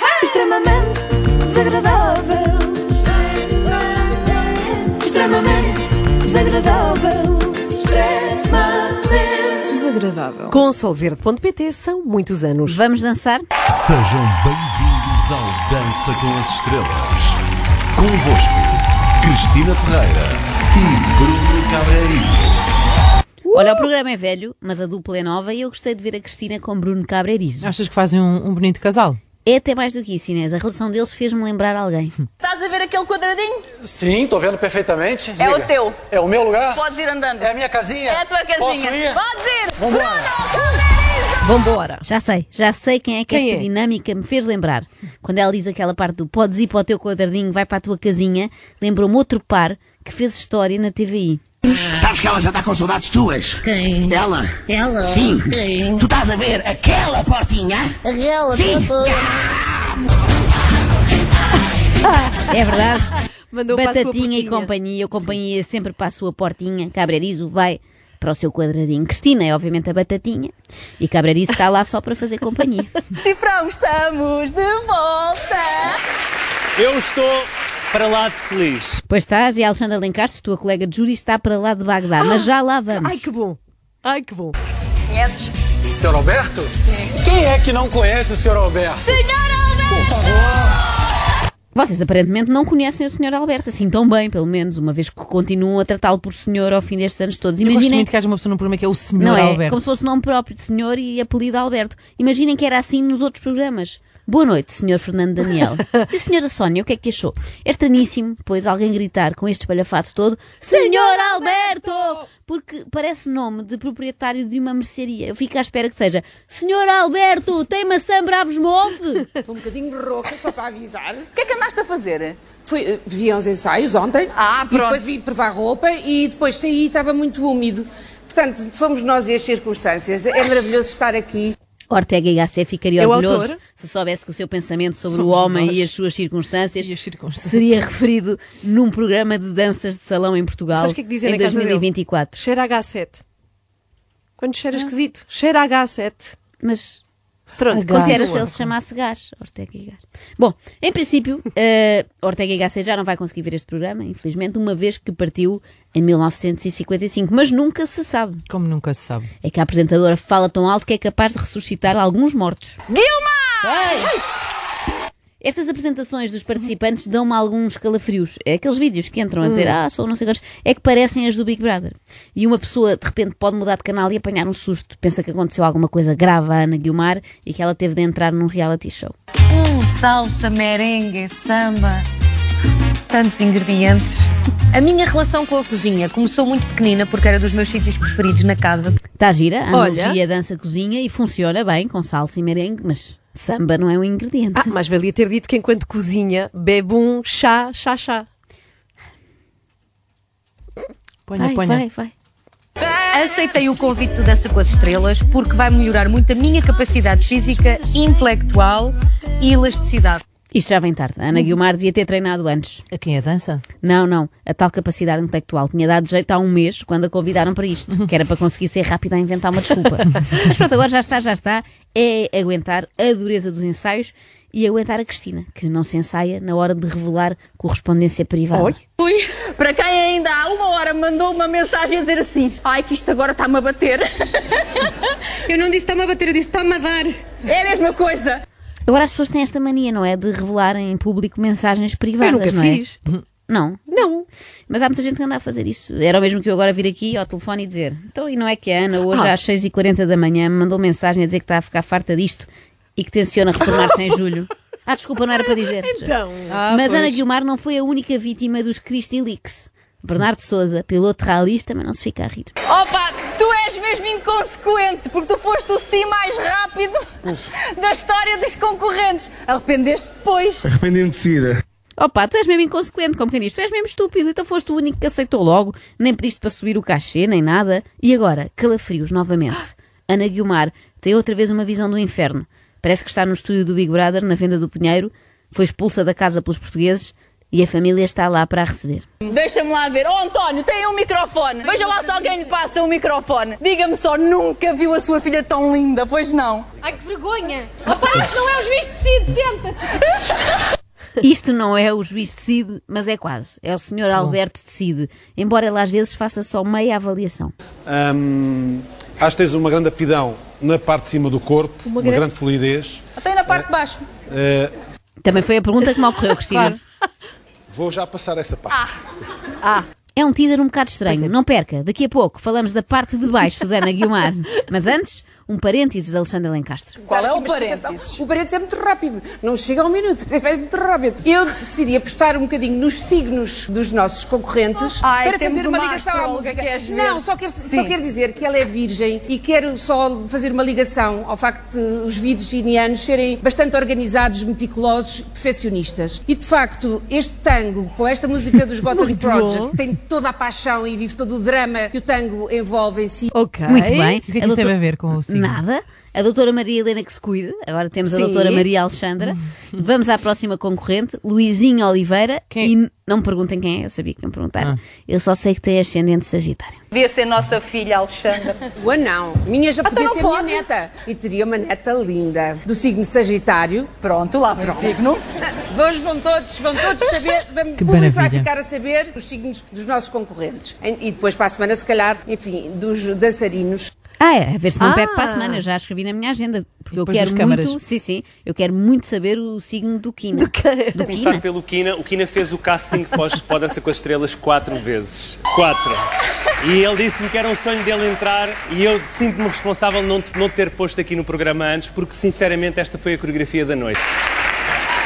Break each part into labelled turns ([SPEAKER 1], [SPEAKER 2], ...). [SPEAKER 1] É extremamente desagradável. Extremamente desagradável. Extremamente desagradável.
[SPEAKER 2] Com solverde.pt são muitos anos.
[SPEAKER 3] Vamos dançar?
[SPEAKER 2] Uh!
[SPEAKER 4] Sejam bem-vindos ao Dança com as Estrelas. Convosco, Cristina Ferreira e Bruno Cabreiros.
[SPEAKER 3] Olha, o programa é velho, mas a dupla é nova e eu gostei de ver a Cristina com Bruno Cabreirizo.
[SPEAKER 5] Achas que fazem um, um bonito casal?
[SPEAKER 3] É até mais do que isso, Inês. A relação deles fez-me lembrar alguém.
[SPEAKER 6] Estás a ver aquele quadradinho?
[SPEAKER 7] Sim, tô vendo perfeitamente.
[SPEAKER 6] É o teu.
[SPEAKER 7] É o meu lugar?
[SPEAKER 6] Podes ir andando.
[SPEAKER 7] É a minha casinha?
[SPEAKER 6] É a tua casinha.
[SPEAKER 7] Posso ir?
[SPEAKER 6] Podes ir.
[SPEAKER 7] Vambora.
[SPEAKER 6] Bruno Cabreirizo!
[SPEAKER 2] Vambora!
[SPEAKER 3] Já sei, já sei quem é que
[SPEAKER 2] Quem
[SPEAKER 3] esta
[SPEAKER 2] é?
[SPEAKER 3] dinâmica me fez lembrar. Quando ela diz aquela parte do podes ir para o teu quadradinho, vai para a tua casinha, lembrou-me outro par que fez história na TVI.
[SPEAKER 8] Sabes que ela já está com saudades tuas? Quem? Ela. Ela? Sim. Quem? Tu estás a ver aquela portinha? Aquela Sim.
[SPEAKER 3] É verdade?
[SPEAKER 2] Mandou para a sua
[SPEAKER 3] Batatinha e
[SPEAKER 2] portinha.
[SPEAKER 3] companhia, a companhia sempre para a sua portinha. Cabreirizo vai para o seu quadradinho. Cristina é obviamente a batatinha e Cabreirizo está lá só para fazer companhia.
[SPEAKER 6] Cifrão, estamos de volta.
[SPEAKER 9] Eu estou para lá de feliz.
[SPEAKER 3] Pois estás, e a Alexandra Lencastre, tua colega de júri, está para lá de Bagdá, mas já lá vamos.
[SPEAKER 2] Ai que bom! Ai que bom!
[SPEAKER 6] Conheces?
[SPEAKER 7] Senhor Alberto? Sim. Quem é que não conhece o senhor Alberto?
[SPEAKER 3] Vocês aparentemente não conhecem o Sr. Alberto assim tão bem, pelo menos, uma vez que continuam a tratá-lo por senhor ao fim destes anos todos.
[SPEAKER 5] Eu gosto
[SPEAKER 3] Imaginem.
[SPEAKER 5] muito que haja uma pessoa no programa que é o Senhor
[SPEAKER 3] Não é?
[SPEAKER 5] Alberto.
[SPEAKER 3] Como se fosse nome próprio de senhor e apelido Alberto. Imaginem que era assim nos outros programas. Boa noite, Sr. Fernando Daniel. e a senhora Sónia, o que é que achou? É estranhíssimo, pois, alguém gritar com este espalhafato todo Senhor Alberto! Porque parece nome de proprietário de uma mercearia. Eu fico à espera que seja Senhor Alberto, tem maçã Bravos Move?
[SPEAKER 10] Estou um bocadinho rouca, só para avisar.
[SPEAKER 6] O que é que andaste a fazer?
[SPEAKER 10] Fui, eh, vi aos ensaios ontem.
[SPEAKER 6] Ah,
[SPEAKER 10] E depois
[SPEAKER 6] pronto.
[SPEAKER 10] vim provar roupa e depois saí e estava muito úmido. Portanto, fomos nós e as circunstâncias. É maravilhoso estar aqui.
[SPEAKER 3] Ortega e Gasset ficaria
[SPEAKER 2] É o
[SPEAKER 3] orgulhoso
[SPEAKER 2] autor?
[SPEAKER 3] se soubesse que o seu pensamento sobre o
[SPEAKER 5] Somos
[SPEAKER 3] homem
[SPEAKER 5] nós.
[SPEAKER 3] e as suas circunstâncias
[SPEAKER 5] E as circunstâncias.
[SPEAKER 3] seria referido num programa de danças de salão em Portugal
[SPEAKER 2] Sabes o que é que dizem
[SPEAKER 3] em
[SPEAKER 2] na casa dele?
[SPEAKER 3] 2024.
[SPEAKER 2] Cheira a H7. Quando cheira esquisito, cheira a H7.
[SPEAKER 3] Mas
[SPEAKER 2] Pronto,
[SPEAKER 5] Gás.
[SPEAKER 3] considera se ele se chamasse gás, Ortega e gás. Bom, em princípio, eh, Ortega e Gasset já não vai conseguir ver este programa, infelizmente, uma vez que partiu em 1955, mas nunca se sabe.
[SPEAKER 5] Como nunca se sabe.
[SPEAKER 3] É que a apresentadora fala tão alto que é capaz de ressuscitar alguns mortos. Guilmar! Estas apresentações dos participantes dão-me alguns calafrios. É aqueles vídeos que entram a
[SPEAKER 2] Hum.
[SPEAKER 3] dizer, ah, sou não sei quantos, é que parecem as do Big Brother. E uma pessoa, de repente, pode mudar de canal e apanhar um susto. Pensa que aconteceu alguma coisa grave à Ana Guilmar e que ela teve de entrar num reality show.
[SPEAKER 11] salsa, merengue, samba, tantos ingredientes. A minha relação com a cozinha começou muito pequenina porque era dos meus sítios preferidos na casa.
[SPEAKER 3] Está Tá gira, a
[SPEAKER 2] Olha.
[SPEAKER 3] analogia dança-cozinha e funciona bem, com salsa e merengue, mas samba não é um ingrediente.
[SPEAKER 2] Ah, mas valia ter dito que enquanto cozinha bebe um chá, chá, chá.
[SPEAKER 5] Ponha,
[SPEAKER 3] vai,
[SPEAKER 5] ponha.
[SPEAKER 3] vai, vai.
[SPEAKER 11] Aceitei o convite do Dança com as Estrelas porque vai melhorar muito a minha capacidade física, intelectual e elasticidade.
[SPEAKER 3] Isto já vem tarde. A
[SPEAKER 2] Uhum.
[SPEAKER 3] Ana Guilmar devia ter treinado antes.
[SPEAKER 5] A quem é dança?
[SPEAKER 3] Não, não. A tal capacidade intelectual tinha dado jeito há um mês quando a convidaram para isto, que era para conseguir ser rápida a inventar uma desculpa. Mas pronto, agora já está, já está. É aguentar a dureza dos ensaios e aguentar a Cristina, que não se ensaia na hora de revelar correspondência privada.
[SPEAKER 2] Oi?
[SPEAKER 6] Para quem ainda há uma hora me mandou uma mensagem a dizer assim: Ai, que isto agora está-me a bater.
[SPEAKER 11] Eu não disse está-me a bater, eu disse está-me a dar.
[SPEAKER 6] É a mesma coisa.
[SPEAKER 3] Agora as pessoas têm esta mania, não é? De revelarem em público mensagens privadas,
[SPEAKER 2] nunca
[SPEAKER 3] não é?
[SPEAKER 2] fiz.
[SPEAKER 3] Não,
[SPEAKER 2] Não.
[SPEAKER 3] mas há muita gente que anda a fazer isso. Era o mesmo que eu agora vir aqui ao telefone e dizer: Então, e não é que a Ana, hoje
[SPEAKER 2] Ah.
[SPEAKER 3] às 6h40 da manhã, me mandou mensagem a dizer que está a ficar farta disto e que tenciona reformar-se em julho. Ah, desculpa, não era para dizer.
[SPEAKER 2] Então.
[SPEAKER 5] Ah,
[SPEAKER 3] mas
[SPEAKER 5] pois.
[SPEAKER 3] Ana Guilmar não foi a única vítima dos Cristi Leaks. Bernardo Souza, piloto ralista, mas não se fica a rir.
[SPEAKER 6] Opa, tu és mesmo inconsequente, porque tu foste o sim mais rápido da história dos concorrentes. Arrependeste depois.
[SPEAKER 8] Arrependi-me de saída.
[SPEAKER 3] Opa, tu és mesmo inconsequente, como quem diz, tu és mesmo estúpido, então foste o único que aceitou logo, nem pediste para subir o cachê, nem nada. E agora, calafrios novamente. Ana Guiomar tem outra vez uma visão do inferno. Parece que está no estúdio do Big Brother, na venda do Pinheiro, foi expulsa da casa pelos portugueses E a família está lá para a receber.
[SPEAKER 6] Hum. Deixa-me lá ver. Oh, António, tem um microfone. Veja lá se alguém lhe passa um microfone. Diga-me só, nunca viu a sua filha tão linda, pois não?
[SPEAKER 12] Ai, que vergonha! Opa, isto não é o juiz de si, senta-te!
[SPEAKER 3] Isto não é o juiz decide, mas é quase. É o senhor Alberto decide, embora ele às vezes faça só meia avaliação.
[SPEAKER 13] Hum, acho que tens uma grande aptidão na parte de cima do corpo, uma,
[SPEAKER 3] grande-
[SPEAKER 13] grande, fluidez.
[SPEAKER 6] Até na parte de baixo.
[SPEAKER 13] Eh,
[SPEAKER 3] Também foi a pergunta que me ocorreu, Cristina.
[SPEAKER 13] vou já passar essa parte.
[SPEAKER 3] É um teaser um bocado estranho,
[SPEAKER 5] é.
[SPEAKER 3] não perca. Daqui a pouco falamos da parte de baixo da Ana Guiomar. Mas antes, um parênteses de Alexandra Lencastre.
[SPEAKER 10] Qual é o parênteses? O parênteses é muito rápido, não chega ao minuto, é muito rápido. Eu decidi apostar um bocadinho nos signos dos nossos concorrentes
[SPEAKER 6] Ai,
[SPEAKER 10] para
[SPEAKER 6] temos
[SPEAKER 10] fazer uma,
[SPEAKER 6] uma
[SPEAKER 10] ligação à
[SPEAKER 6] astróloga,
[SPEAKER 10] música.
[SPEAKER 6] queres ver?
[SPEAKER 10] Não, só quero, só
[SPEAKER 6] Sim.
[SPEAKER 10] quero dizer que ela é virgem e quero só fazer uma ligação ao facto de os virginianos serem bastante organizados, meticulosos, perfeccionistas. E de facto, este tango com esta música dos Gotham
[SPEAKER 2] Muito bom.
[SPEAKER 10] Project tem toda a paixão e vive todo o drama que o tango envolve em si. Ok.
[SPEAKER 3] Muito bem.
[SPEAKER 5] O que é que isso
[SPEAKER 3] doutor-
[SPEAKER 5] teve a ver com o signo?
[SPEAKER 3] Nada. A doutora Maria Helena que se cuida. Agora temos a
[SPEAKER 5] Sim.
[SPEAKER 3] doutora Maria Alexandra. Vamos à próxima concorrente, Luizinho Oliveira.
[SPEAKER 5] é
[SPEAKER 3] E não me perguntem quem é, eu sabia que iam perguntar.
[SPEAKER 5] Ah.
[SPEAKER 3] Eu só sei que tem ascendente sagitário.
[SPEAKER 6] Devia ser nossa filha, Alexandra.
[SPEAKER 10] Ua, não. Minha já
[SPEAKER 6] Então
[SPEAKER 10] podia
[SPEAKER 6] não
[SPEAKER 10] ser
[SPEAKER 6] pode?
[SPEAKER 10] minha neta. E teria uma neta linda. Do signo Sagitário.
[SPEAKER 6] Pronto, lá vem o signo.
[SPEAKER 10] Hoje vão todos, vão todos saber. Vamos,
[SPEAKER 5] Que
[SPEAKER 10] o público vai
[SPEAKER 5] maravilha.
[SPEAKER 10] ficar a saber os signos dos nossos concorrentes. E depois para a semana, se calhar, enfim, dos dançarinos.
[SPEAKER 3] Ah, é, a ver se não
[SPEAKER 10] Ah.
[SPEAKER 3] pego para a semana, eu já escrevi na minha agenda. Porque eu
[SPEAKER 10] depois
[SPEAKER 3] quero
[SPEAKER 10] dos câmaras.
[SPEAKER 3] muito. Sim, sim, eu quero muito saber o signo do Quina. Do,
[SPEAKER 9] Começar
[SPEAKER 3] Quina.
[SPEAKER 9] pelo Kina. O Kina fez o casting pós pós Dança com as Estrelas quatro vezes. Quatro. E ele disse-me que era um sonho dele entrar e eu sinto-me responsável não, te- não te ter posto aqui no programa antes, porque sinceramente esta foi a coreografia da noite.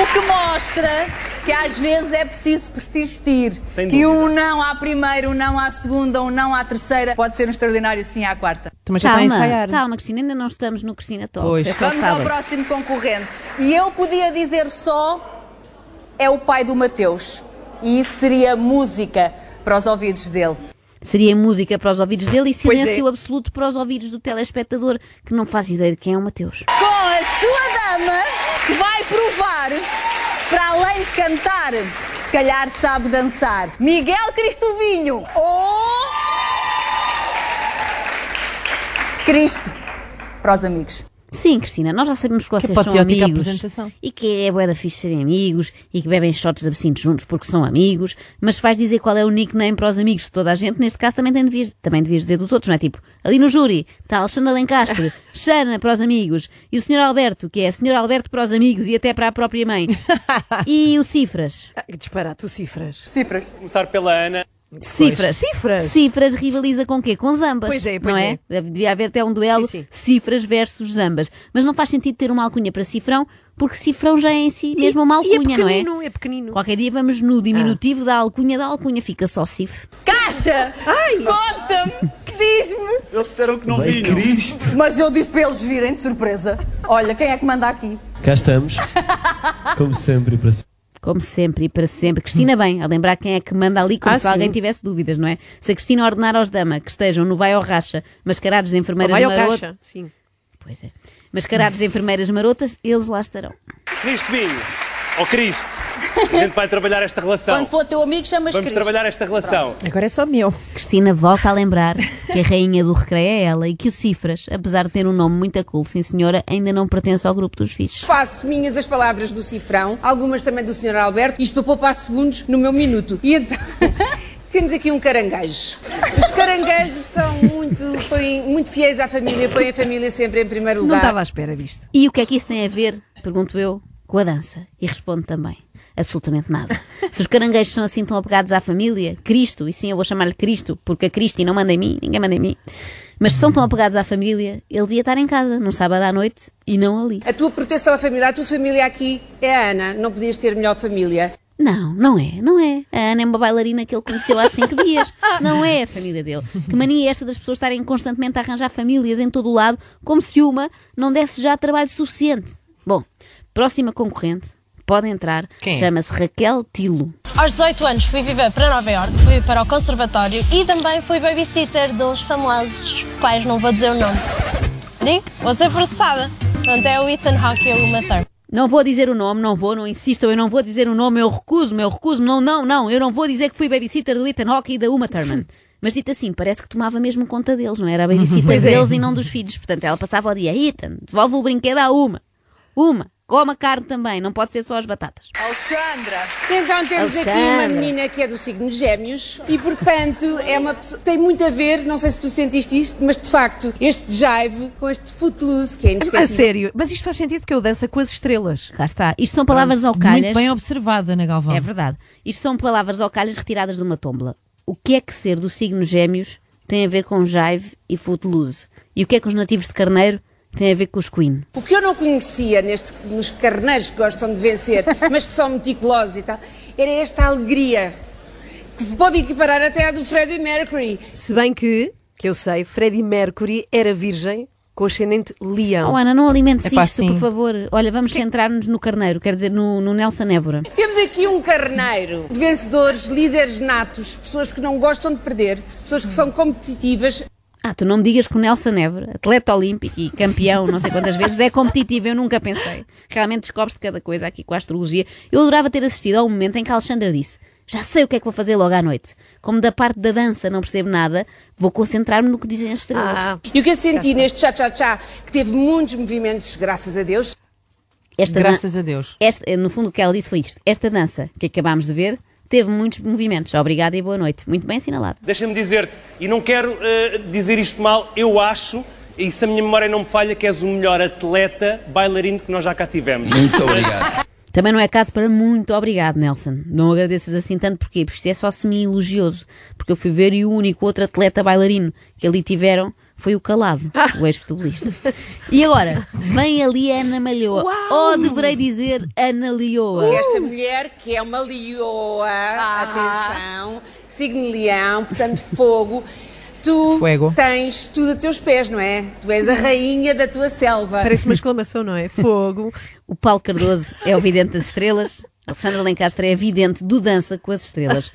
[SPEAKER 6] O que mostra que às vezes é preciso persistir.
[SPEAKER 9] Sem
[SPEAKER 6] que
[SPEAKER 9] dúvida.
[SPEAKER 6] um não à primeira, um não à segunda, um não à terceira pode ser um extraordinário sim à quarta.
[SPEAKER 2] tá
[SPEAKER 3] Calma, calma, Cristina, ainda não estamos no Cristina Talks. É só
[SPEAKER 6] Vamos ao
[SPEAKER 3] sábado.
[SPEAKER 6] próximo concorrente. E eu podia dizer só é o pai do Mateus. E isso seria música para os ouvidos dele.
[SPEAKER 3] Seria música para os ouvidos dele e
[SPEAKER 6] Pois
[SPEAKER 3] silêncio
[SPEAKER 6] é.
[SPEAKER 3] absoluto para os ouvidos do telespectador que não faz ideia de quem é o Mateus.
[SPEAKER 6] Com a sua dama que vai provar, para além de cantar, se calhar sabe dançar. Miguel Cristovinho Oh! ou Cristo para os amigos.
[SPEAKER 3] Sim, Cristina, nós já sabemos que vocês
[SPEAKER 5] pode
[SPEAKER 3] são
[SPEAKER 5] ter ótica a
[SPEAKER 3] amigos
[SPEAKER 5] apresentação.
[SPEAKER 3] e que é bué da fixe serem amigos e que bebem shots de absinto juntos porque são amigos, mas faz dizer qual é o nickname para os amigos de toda a gente, neste caso também, tem devias, também devias dizer dos outros, não é? Tipo, ali no júri está Alexandra Lencastre, Xana para os amigos e o Sr. Alberto, que é Sr. Alberto para os amigos e até para a própria mãe. E o Cifras.
[SPEAKER 2] Que disparate, o Ah, Cifras.
[SPEAKER 6] Cifras.
[SPEAKER 9] Começar pela Ana.
[SPEAKER 3] Cifras.
[SPEAKER 2] Cifras.
[SPEAKER 3] Cifras rivaliza com quê? Com zambas.
[SPEAKER 2] Pois é, pois
[SPEAKER 3] não é. Devia haver até um duelo cifras versus zambas. Mas não faz sentido ter uma alcunha para cifrão, porque cifrão já é em si mesmo uma
[SPEAKER 2] e é
[SPEAKER 3] alcunha, não é?
[SPEAKER 2] pequenino, é Ah. pequenino.
[SPEAKER 3] Qualquer dia vamos no diminutivo da alcunha da alcunha, fica só cif.
[SPEAKER 6] Caixa! Conta-me! Diz-me!
[SPEAKER 9] Eles disseram que não
[SPEAKER 6] Bem,
[SPEAKER 9] vinham.
[SPEAKER 6] Mas eu disse para eles virem de surpresa. Olha, quem é que manda aqui?
[SPEAKER 14] Cá estamos. Como sempre, para sempre.
[SPEAKER 3] Como sempre e para sempre. Cristina, bem, a lembrar quem é que manda ali, como
[SPEAKER 2] Ah,
[SPEAKER 3] se alguém
[SPEAKER 2] sim.
[SPEAKER 3] tivesse dúvidas, não é? Se a Cristina ordenar aos dama que estejam no vai ao racha, mascarados de enfermeiras
[SPEAKER 2] Vai ao
[SPEAKER 3] marotas,
[SPEAKER 2] caixa. Sim.
[SPEAKER 3] Pois é. mascarados de enfermeiras marotas, eles lá estarão.
[SPEAKER 9] Cristo vinho. Ou Cristo. A gente vai trabalhar esta relação.
[SPEAKER 6] Quando for teu amigo, chamas
[SPEAKER 9] Vamos
[SPEAKER 6] Cristo.
[SPEAKER 9] trabalhar esta relação.
[SPEAKER 3] Agora é só meu. Cristina volta a lembrar que a rainha do recreio é ela e que o Cifras, apesar de ter um nome muito cool, sim senhora, ainda não pertence ao grupo dos filhos.
[SPEAKER 10] Faço minhas as palavras do Cifrão, algumas também do Sr. Alberto, isto para poupar segundos no meu minuto. E então. Temos aqui um caranguejo. Os caranguejos são muito, põem- muito fiéis à família, põem a família sempre em primeiro lugar.
[SPEAKER 3] tá
[SPEAKER 2] espera disto.
[SPEAKER 3] E o que é que isso tem a ver, pergunto eu, com a dança? E respondo também, absolutamente nada. Se os caranguejos são assim tão apegados à família, Cristo, e sim eu vou chamar-lhe Cristo, porque a Cristo não manda em mim, ninguém manda em mim, mas se são tão apegados à família, ele devia estar em casa, num sábado à noite, e não ali.
[SPEAKER 10] A tua proteção à família, a tua família aqui é a Ana, não podias ter melhor família.
[SPEAKER 3] Não, não é, não é. A Ana é uma bailarina que ele conheceu há cinco dias. Não é a família dele. Que mania é esta das pessoas estarem constantemente a arranjar famílias em todo o lado, como se uma não desse já trabalho suficiente. Bom, próxima concorrente, pode entrar,
[SPEAKER 12] Quem é?
[SPEAKER 3] chama-se Raquel Tilo.
[SPEAKER 12] Aos 18 anos fui viver para Nova Iorque, fui para o conservatório e também fui babysitter dos famosos, quais não vou dizer o nome. Digo, vou ser processada. Portanto, é o Ethan Hawke e o Uma Thurman.
[SPEAKER 3] Não vou dizer o nome, não vou, não insistam, eu não vou dizer o nome, eu recuso-me, eu recuso-me, não, não, não, eu não vou dizer que fui babysitter do Ethan Hawke e da Uma Thurman. Mas dito assim, parece que tomava mesmo conta deles, não era a babysitter
[SPEAKER 2] Pois é.
[SPEAKER 3] deles e não dos filhos. Portanto, ela passava o dia, Ethan, devolve o brinquedo à Uma. Uma, coma carne também, não pode ser só as batatas.
[SPEAKER 10] Alexandra! Então temos aqui uma
[SPEAKER 3] Alexandra.
[SPEAKER 10] menina que é do signo de Gêmeos e, portanto, é uma pessoa. Tem muito a ver, não sei se tu sentiste isto, mas de facto, este jive com este footloose que é inesquecível.
[SPEAKER 2] A sério, mas isto faz sentido porque eu dança com as estrelas.
[SPEAKER 3] Cá está. Isto são palavras ao calhas.
[SPEAKER 5] Muito bem observada, Ana Galvão.
[SPEAKER 3] É verdade. Isto são palavras ao calhas retiradas de uma tombola. O que é que ser do signo gêmeos tem a ver com jive e footloose? E o que é que os nativos de carneiro têm a ver com os queen?
[SPEAKER 10] O que eu não conhecia neste, nos carneiros que gostam de vencer, mas que são meticulosos e tal, era esta alegria que se pode equiparar até à do Freddie Mercury.
[SPEAKER 2] Se bem que, que eu sei, Freddie Mercury era virgem com ascendente leão.
[SPEAKER 3] Oh, Ana, não alimentes isto, por favor. Olha, vamos centrar-nos no carneiro, quer dizer, no, no Nelson Évora.
[SPEAKER 10] Temos aqui um carneiro, vencedores, líderes natos, pessoas que não gostam de perder, pessoas que são competitivas.
[SPEAKER 3] Ah, tu não me digas que o Nelson Évora, atleta olímpico e campeão não sei quantas vezes, é competitivo, eu nunca pensei. Realmente descobre-se cada coisa aqui com a astrologia. Eu adorava ter assistido ao momento em que a Alexandra disse já sei o que é que vou fazer logo à noite. Como da parte da dança não percebo nada, vou concentrar-me no que dizem as estrelas.
[SPEAKER 6] Ah,
[SPEAKER 10] E o que eu senti neste chá-chá-chá, que teve muitos movimentos, graças a Deus.
[SPEAKER 3] Esta
[SPEAKER 10] Graças
[SPEAKER 3] dan-
[SPEAKER 10] a Deus.
[SPEAKER 3] Esta, no fundo, o que ela disse foi isto. Esta dança que acabámos de ver teve muitos movimentos. Obrigada e boa noite. Muito bem assinalado.
[SPEAKER 9] Deixa-me dizer-te, e não quero eh, dizer isto mal, eu acho, e se a minha memória não me falha, que és o melhor atleta bailarino que nós já cá tivemos. Muito obrigado.
[SPEAKER 3] Também não é caso para muito obrigado, Nelson. Não agradeças assim tanto porquê? Porque isto é só semi-elogioso. Porque eu fui ver e o único outro atleta bailarino que ali tiveram foi o Calado, o ex-futebolista. E agora, vem ali a Ana Malhoa.
[SPEAKER 10] Uau!
[SPEAKER 3] Ou deverei dizer Ana Lioa.
[SPEAKER 10] Esta mulher que é uma leoa, atenção, signo leão, portanto fogo. Tu
[SPEAKER 5] Fuego.
[SPEAKER 10] tens tudo a teus pés, não é? Tu és a rainha da tua selva.
[SPEAKER 2] Parece uma exclamação, não é? Fogo.
[SPEAKER 3] O Paulo Cardoso é o vidente das estrelas. Alexandra Lencastre é a vidente do Dança com as Estrelas.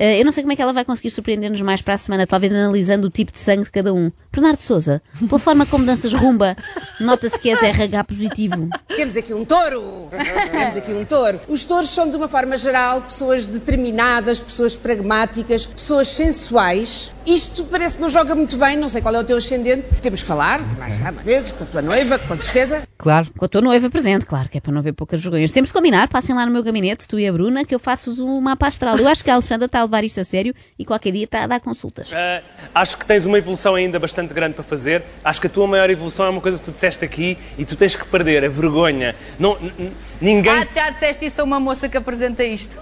[SPEAKER 3] Eh, eu não sei como é que ela vai conseguir surpreender-nos mais para a semana, talvez analisando o tipo de sangue de cada um. Bernardo Souza, pela forma como danças rumba, nota-se que és RH positivo.
[SPEAKER 10] Temos aqui um touro! Temos aqui um touro. Os touros são, de uma forma geral, pessoas determinadas, pessoas pragmáticas, pessoas sensuais. Isto parece que não joga muito bem, não sei qual é o teu ascendente. Temos que falar, mais tarde, mais vezes, com a tua noiva, com certeza.
[SPEAKER 5] Claro.
[SPEAKER 3] Com a tua noiva presente, claro, que é para não ver poucas vergonhas. Temos de combinar, passem lá no meu gabinete, tu e a Bruna, que eu faço-vos um mapa astral. Eu acho que a Alexandra está a levar isto a sério e qualquer dia está a dar consultas.
[SPEAKER 9] Eh, acho que tens uma evolução ainda bastante grande para fazer. Acho que a tua maior evolução é uma coisa que tu disseste aqui e tu tens que perder, a vergonha. Não, n- n- ninguém
[SPEAKER 11] Ah, já disseste isso a uma moça que apresenta isto.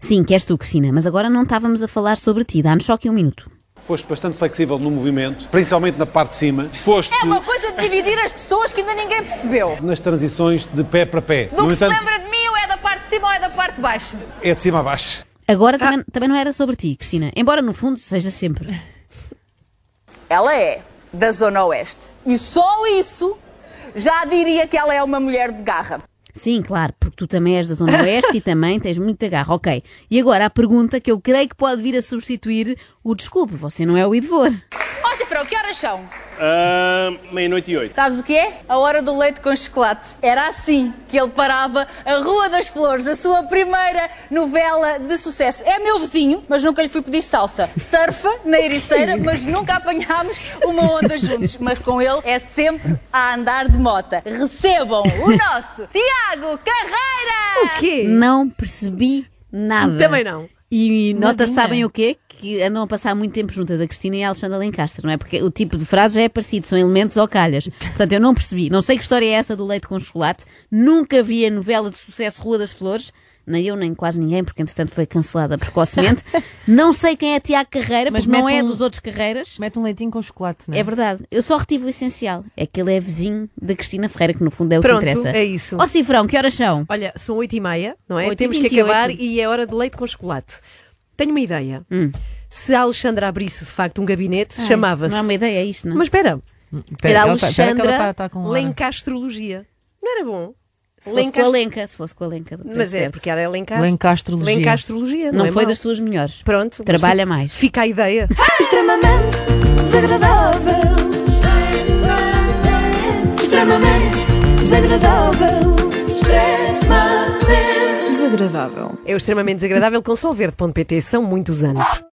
[SPEAKER 3] Sim, que és tu, Cristina, mas agora não estávamos a falar sobre ti. Dá-nos só aqui um minuto.
[SPEAKER 13] Foste bastante flexível no movimento, principalmente na parte de cima. Foste
[SPEAKER 11] É uma coisa de dividir as pessoas que ainda ninguém percebeu.
[SPEAKER 13] nas transições de pé para pé.
[SPEAKER 11] Do
[SPEAKER 13] no
[SPEAKER 11] que se
[SPEAKER 13] entanto,
[SPEAKER 11] lembra de mim ou é da parte de cima ou é da parte de baixo.
[SPEAKER 13] é de cima a baixo.
[SPEAKER 3] Agora também, também não era sobre ti, Cristina. Embora no fundo seja sempre.
[SPEAKER 6] Ela é da Zona Oeste. E só isso já diria que ela é uma mulher de garra.
[SPEAKER 3] Sim, claro, porque tu também és da Zona Oeste e também tens muita garra. Ok. E agora a pergunta que eu creio que pode vir a substituir o desculpe, você não é o Idvor.
[SPEAKER 11] Ó Cifrão, que horas são?
[SPEAKER 9] Ah, meia-noite e oito.
[SPEAKER 11] Sabes o que é? A hora do leite com chocolate. Era assim que ele parava a Rua das Flores, a sua primeira novela de sucesso. É meu vizinho, mas nunca lhe fui pedir salsa. Surfa na ericeira, mas nunca apanhámos uma onda juntos. Mas com ele é sempre a andar de mota. Recebam o nosso Tiago Carreira!
[SPEAKER 3] O quê? Não percebi nada.
[SPEAKER 5] É.
[SPEAKER 2] Também não.
[SPEAKER 3] E nota,
[SPEAKER 2] Nadinha.
[SPEAKER 3] sabem o quê? Que andam a passar muito tempo juntas, a Cristina e a Alexandra Lencastre, não é? Porque o tipo de frase já é parecido, são elementos ou calhas. Portanto, eu não percebi. Não sei que história é essa do leite com chocolate. Nunca vi a novela de sucesso Rua das Flores. Nem eu, nem quase ninguém, porque entretanto foi cancelada precocemente. não sei quem é Tiago Carreira, mas não é dos outros. Carreiras.
[SPEAKER 5] Mete um leitinho com chocolate, não é?
[SPEAKER 3] É verdade. Eu só retive o essencial. É que ele é vizinho da Cristina Ferreira, que no fundo é o
[SPEAKER 2] Pronto,
[SPEAKER 3] que interessa.
[SPEAKER 2] é isso.
[SPEAKER 3] Ó Cifrão, que horas são?
[SPEAKER 2] Olha, são 8 e meia, não é?
[SPEAKER 3] Oito e
[SPEAKER 2] Temos que
[SPEAKER 3] vinte e oito.
[SPEAKER 2] acabar e é hora de leite com chocolate. Tenho uma ideia. Se a Alexandra abrisse de facto um gabinete,
[SPEAKER 3] Hum. Ai,
[SPEAKER 2] chamava-se.
[SPEAKER 3] não é uma ideia isto, não é?
[SPEAKER 2] Mas espera.
[SPEAKER 5] Espera,
[SPEAKER 2] era
[SPEAKER 5] ela tá- espera que ela
[SPEAKER 2] Alexandra
[SPEAKER 5] tá- tá com-
[SPEAKER 2] Lencastrologia. Não era bom?
[SPEAKER 3] Se fosse com a
[SPEAKER 2] Lencast-
[SPEAKER 3] Lenca, se fosse com a Lenca.
[SPEAKER 2] Mas é, porque era Lencastre.
[SPEAKER 5] Lencastrologia.
[SPEAKER 2] Lencastrologia, não,
[SPEAKER 3] Não
[SPEAKER 2] é
[SPEAKER 3] foi
[SPEAKER 2] mau.
[SPEAKER 3] das tuas melhores.
[SPEAKER 2] Pronto.
[SPEAKER 3] Trabalha
[SPEAKER 2] mas
[SPEAKER 3] mais.
[SPEAKER 2] Fica a ideia.
[SPEAKER 1] Extremamente desagradável. Extremamente desagradável. Extremamente desagradável.
[SPEAKER 2] É o extremamente desagradável com solverde.pt. São muitos anos.